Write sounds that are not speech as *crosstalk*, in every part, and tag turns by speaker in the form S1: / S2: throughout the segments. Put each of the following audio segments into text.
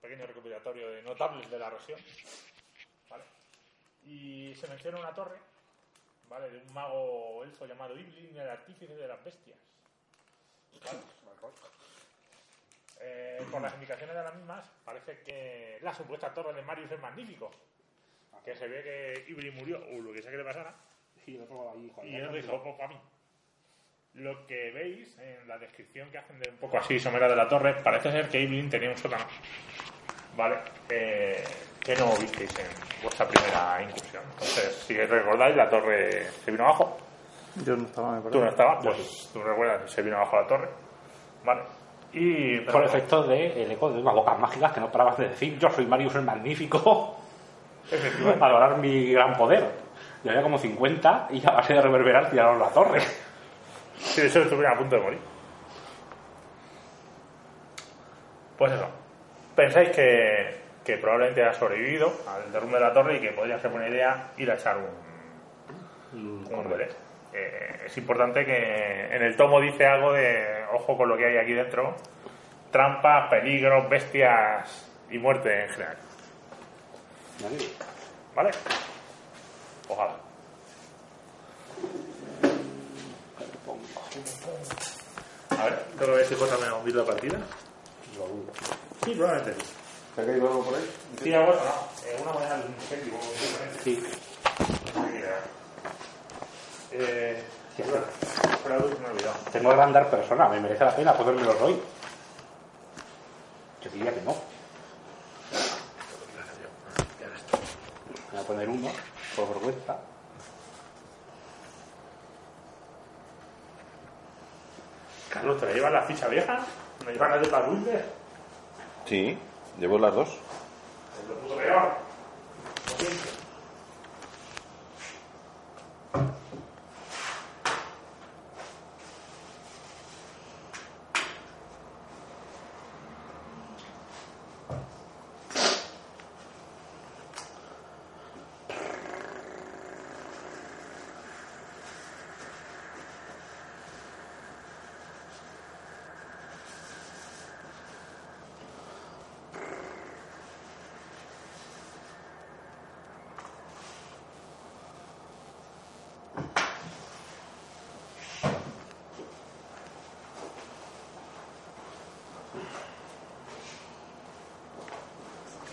S1: pequeño recopilatorio de notables de la región. ¿vale? Y se menciona una torre, ¿vale? De un mago elfo llamado Iblin, el artífice de las bestias. ¿vale? Eh, por las indicaciones de las mismas, parece que la supuesta torre de Marius es magnífico. Que se ve que Iblin murió, o lo que sea que le pasara,
S2: *laughs* Y el otro ahí, joder.
S1: y él dijo, pues para mí. Lo que veis en la descripción que hacen de un poco así somera de la torre, parece ser que Iblin tenía un sótano. ¿Vale? Eh, que no visteis en vuestra primera incursión. Entonces, si recordáis, la torre se vino abajo.
S3: Yo no estaba, me
S1: Tú
S3: parece.
S1: no estabas, pues tú recuerdas, se vino abajo la torre. ¿Vale? Y
S2: Por efecto de el eco de unas bocas mágicas que no parabas de decir, yo soy Marius el Magnífico, *laughs*
S1: efectivamente,
S2: valorar mi gran poder. Y había como 50 y a base de reverberar tiraron la torre.
S1: Si de hecho estuviera a punto de morir. Pues eso. Pensáis que, que probablemente ha sobrevivido al derrumbe de la torre y que podría ser buena idea ir a echar un, un
S2: Correcto.
S1: huele. Eh, es importante que en el tomo dice algo de ojo con lo que hay aquí dentro. Trampas, peligros, bestias y muerte en general. ¿Vale? Ojalá. A ver, ¿tengo que ver si Jota me ha hundido la partida? Sí, probablemente sí.
S3: ¿Se ha caído algo por ahí?
S1: Sí, ah, bueno, no. Eh, una moneda de un céntimo. un céntimo, ¿eh?
S2: Sí.
S1: Eh, sí, bueno, pero algo que me he olvidado.
S2: Tengo que andar persona, me merece la pena ponérmelo hoy. Yo diría que no. Voy a poner uno, por vergüenza.
S1: Carlos, ¿te la llevas la ficha vieja? ¿Me llevas la de Padulde?
S3: Sí, llevo las dos.
S1: Es Pues lo puto peor.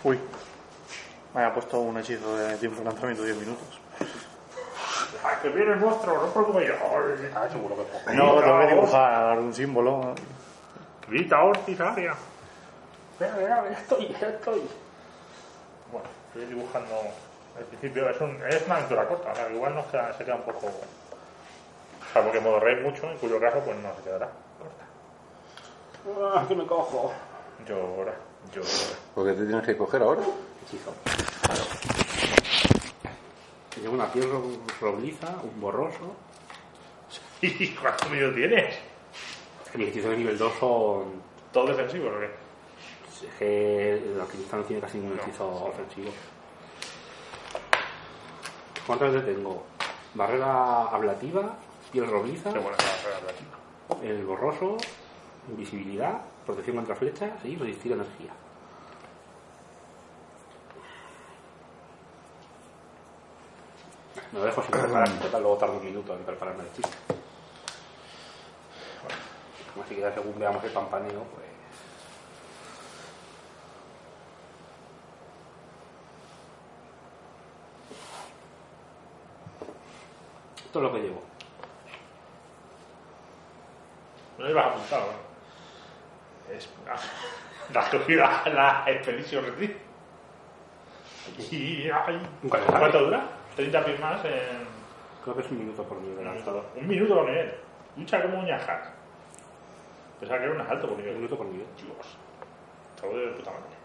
S3: Uy. Me ha puesto un hechizo de tiempo de lanzamiento 10 minutos.
S1: Ah, que viene el monstruo, no os preocupéis. Ay,
S2: Ah, seguro que poco.
S3: No, tengo que dibujar un símbolo.
S1: Grita Ortiz Aria.
S2: Mira, mira, ya estoy, ya estoy.
S1: Bueno, estoy dibujando al principio. Es, un, es una aventura corta, o sea, que igual nos queda- se queda un poco. Salvo que modo rey mucho, en cuyo caso, pues no se quedará corta.
S2: Ah, que me cojo.
S1: Llora, llora.
S3: ¿Por qué te tienes que coger ahora?
S2: Hechizo. Llevo una piel ro- robliza, un borroso.
S1: *laughs* ¿Y cuánto medio tienes?
S2: Mi hechizo de nivel 2 son.
S1: ¿Todo defensivo o qué?
S2: Es que la alquimista no tiene casi ningún
S1: No,
S2: hechizo
S1: sí.
S2: ofensivo. ¿Cuántas veces tengo? Barrera ablativa, piel robliza,
S1: Qué buena esa regla de aquí.
S2: el borroso, invisibilidad, protección contra flechas y resistir energía. Me lo dejo sin preparar, total, luego tardo un minuto en prepararme el hechizo. Bueno, así que ya según veamos el pampaneo, pues... Esto es lo que llevo.
S1: No ibas apuntado, ¿no? Es *laughs* la acogida la Expedition Retreat. Y ay,
S2: Nunca se sabe.
S1: ¿Cuánto dura? 30 pies más en
S2: Creo que es un minuto por nivel.
S1: un
S2: gastado.
S1: minuto. Un minuto con él. Lucha como un ñajar. Pensaba que era un asalto porque
S2: Un minuto por ¿eh? nivel.
S1: Dios. Todo de puta madre.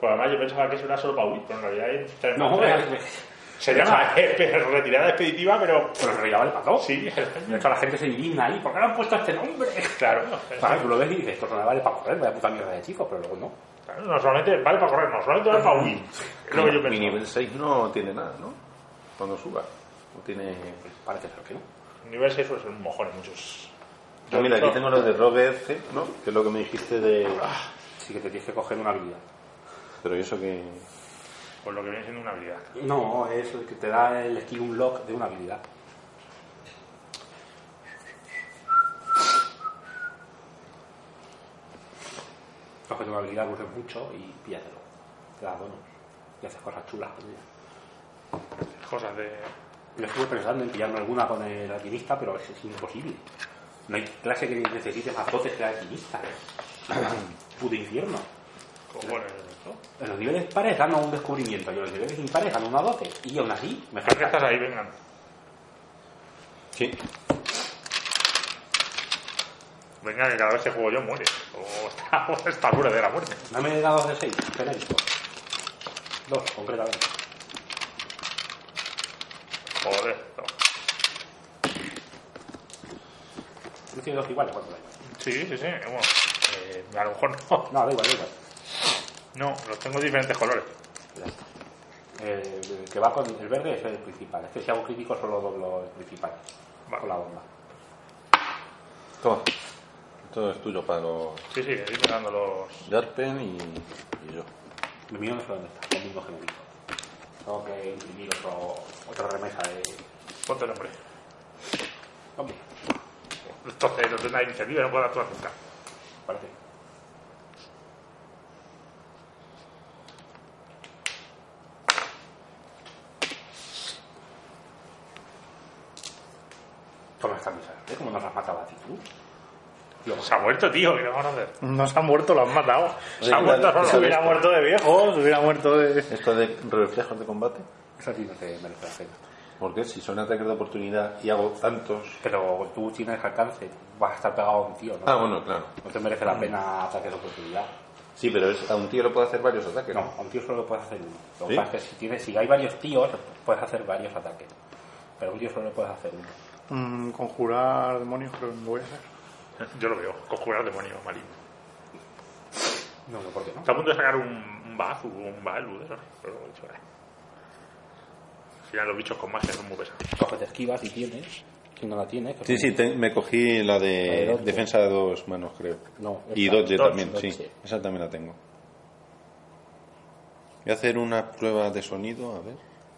S1: Pues además yo pensaba que eso era solo para huir, pero en realidad es tres
S2: No,
S1: personas.
S2: pero-
S1: se llama eh, pero retirada expeditiva, pero
S2: pero en realidad vale para todo.
S1: sí,
S2: De hecho, la gente se indigna ahí. ¿Por qué le han puesto este nombre?
S1: claro.
S2: Claro, tú lo ves y dices, esto no vale para correr, vaya puta mierda de chico, pero luego no.
S1: Claro, No solamente vale para correr, no solamente vale para huir. Es lo que yo
S3: mi
S1: pensaba.
S3: nivel 6 no tiene nada, ¿no? Cuando suba. No tiene... pues,
S2: Parece ser que no.
S1: Nivel 6 suele ser un mojón en muchos.
S3: Ah, mira, aquí tengo los de Robert, ¿no? Que es lo que me dijiste de...
S2: Ah, Sí que te tienes que coger una habilidad.
S4: Pero ¿y eso que
S1: Pues lo que viene siendo una habilidad.
S2: No, es el que te da el skill unlock de una habilidad. Coges una habilidad, curres mucho y píllatelo. Te da bonus. Y haces cosas chulas con ella.
S1: Cosas de.
S2: Yo estuve pensando en pillarme alguna con el alquimista, pero es, es imposible. No hay clase que necesite más dotes que el alquimista. *coughs* Es Puto infierno.
S1: Cojones. ¿no?
S2: En los niveles pares gano un descubrimiento, y en los niveles impares gano una dote. Y aún así, me
S1: Las que
S2: falta.
S1: estás ahí, vengan.
S4: Sí.
S1: Venga, que cada vez que juego yo muere. O está, *laughs* o está duro de la muerte.
S2: Dame dados de 6, tenéis. Dos, concretamente.
S1: Joder. no.
S2: No tiene dos iguales, bueno, da igual.
S1: Sí, sí, sí. Bueno, eh, a lo mejor no.
S2: No, da igual, da igual.
S1: No, los tengo de diferentes colores.
S2: Ya está. El, el que va con el verde es el principal. Es que si hago crítico solo doblo el principal.
S1: Vale.
S2: Con la bomba.
S4: Toma. Todo es tuyo para los
S1: Sí, sí, estoy pegando los.
S4: Yarpen y, y yo.
S2: El mío no sé dónde está, el mismo genérico. Tengo que imprimir otro, otra remesa de.
S1: Ponte el nombre.
S2: Hombre,
S1: Entonces no tendrá iniciativa, no puedo actuar nunca.
S2: parece. Toma esta misa. ¿Ves cómo nos las mataba a ti tú?
S1: Se ha muerto, tío, ¿qué le vamos a hacer?
S3: No se ha muerto, lo han matado.
S1: Se ha muerto
S4: vale,
S3: Se
S1: Ronald.
S4: vale.
S3: hubiera muerto de viejo, se hubiera muerto de...
S4: Esto de reflejos de combate.
S2: Eso sí no te merece la pena.
S4: Porque si son ataques de oportunidad y hago tantos.
S2: Pero tú tienes alcance, vas a estar pegado a un tío, ¿no?
S4: Ah, bueno, claro.
S2: No te merece la pena ataques de oportunidad.
S4: Sí, pero es- a un tío le puedo hacer varios ataques.
S2: No, a un tío solo lo puedes hacer uno. Lo que
S4: ¿Sí?
S2: pasa es que si, tienes, si hay varios tíos, puedes hacer varios ataques. Pero a un tío solo lo puedes hacer uno.
S3: Mm, conjurar demonios creo que no voy a hacer.
S1: Yo lo veo, conjurar demonio maligno.
S2: No, no, ¿por qué no?
S1: Está a punto de sacar un, un Baz, un Balu de esos, pero lo he dicho, eh. Al final los bichos con magia son muy pesados.
S2: Coge, te esquivas y tienes. Si no la tienes, pues que
S4: Sí, sí, te- me cogí la de
S2: La de
S4: defensa de dos manos, creo.
S2: No,
S4: y
S2: esta.
S4: Dodge
S1: Dodge,
S4: también,
S2: Dodge.
S4: sí. Esa también la tengo. Voy a hacer una prueba de sonido, a ver.